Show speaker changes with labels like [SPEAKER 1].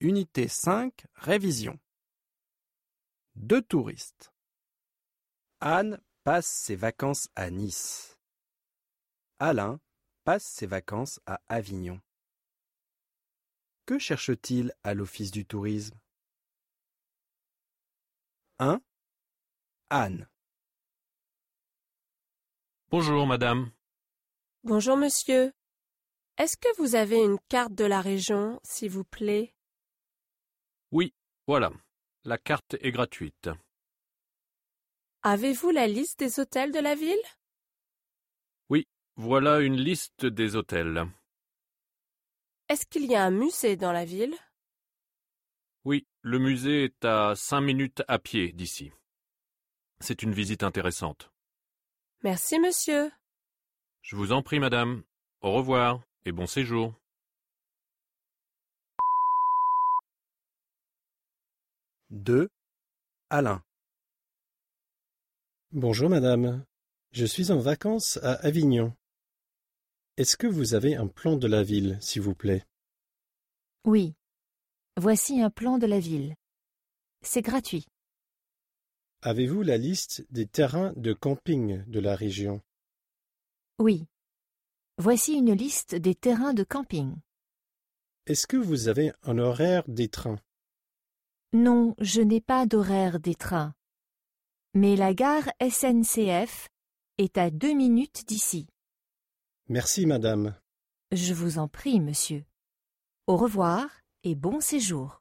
[SPEAKER 1] Unité 5, révision. Deux touristes. Anne passe ses vacances à Nice. Alain passe ses vacances à Avignon. Que cherche-t-il à l'Office du tourisme 1. Anne.
[SPEAKER 2] Bonjour, madame.
[SPEAKER 3] Bonjour monsieur. Est-ce que vous avez une carte de la région, s'il vous plaît
[SPEAKER 2] Oui, voilà. La carte est gratuite.
[SPEAKER 3] Avez-vous la liste des hôtels de la ville
[SPEAKER 2] Voilà une liste des hôtels.
[SPEAKER 3] Est-ce qu'il y a un musée dans la ville
[SPEAKER 2] Oui, le musée est à cinq minutes à pied d'ici. C'est une visite intéressante.
[SPEAKER 3] Merci monsieur.
[SPEAKER 2] Je vous en prie, madame. Au revoir et bon séjour.
[SPEAKER 1] Deux. Alain.
[SPEAKER 4] Bonjour madame, je suis en vacances à Avignon. Est-ce que vous avez un plan de la ville, s'il vous plaît
[SPEAKER 5] Oui. Voici un plan de la ville. C'est gratuit.
[SPEAKER 4] Avez-vous la liste des terrains de camping de la région
[SPEAKER 5] Oui. Voici une liste des terrains de camping.
[SPEAKER 4] Est-ce que vous avez un horaire des trains
[SPEAKER 5] Non, je n'ai pas d'horaire des trains. Mais la gare SNCF est à deux minutes d'ici.
[SPEAKER 4] Merci madame.
[SPEAKER 5] Je vous en prie, monsieur. Au revoir et bon séjour.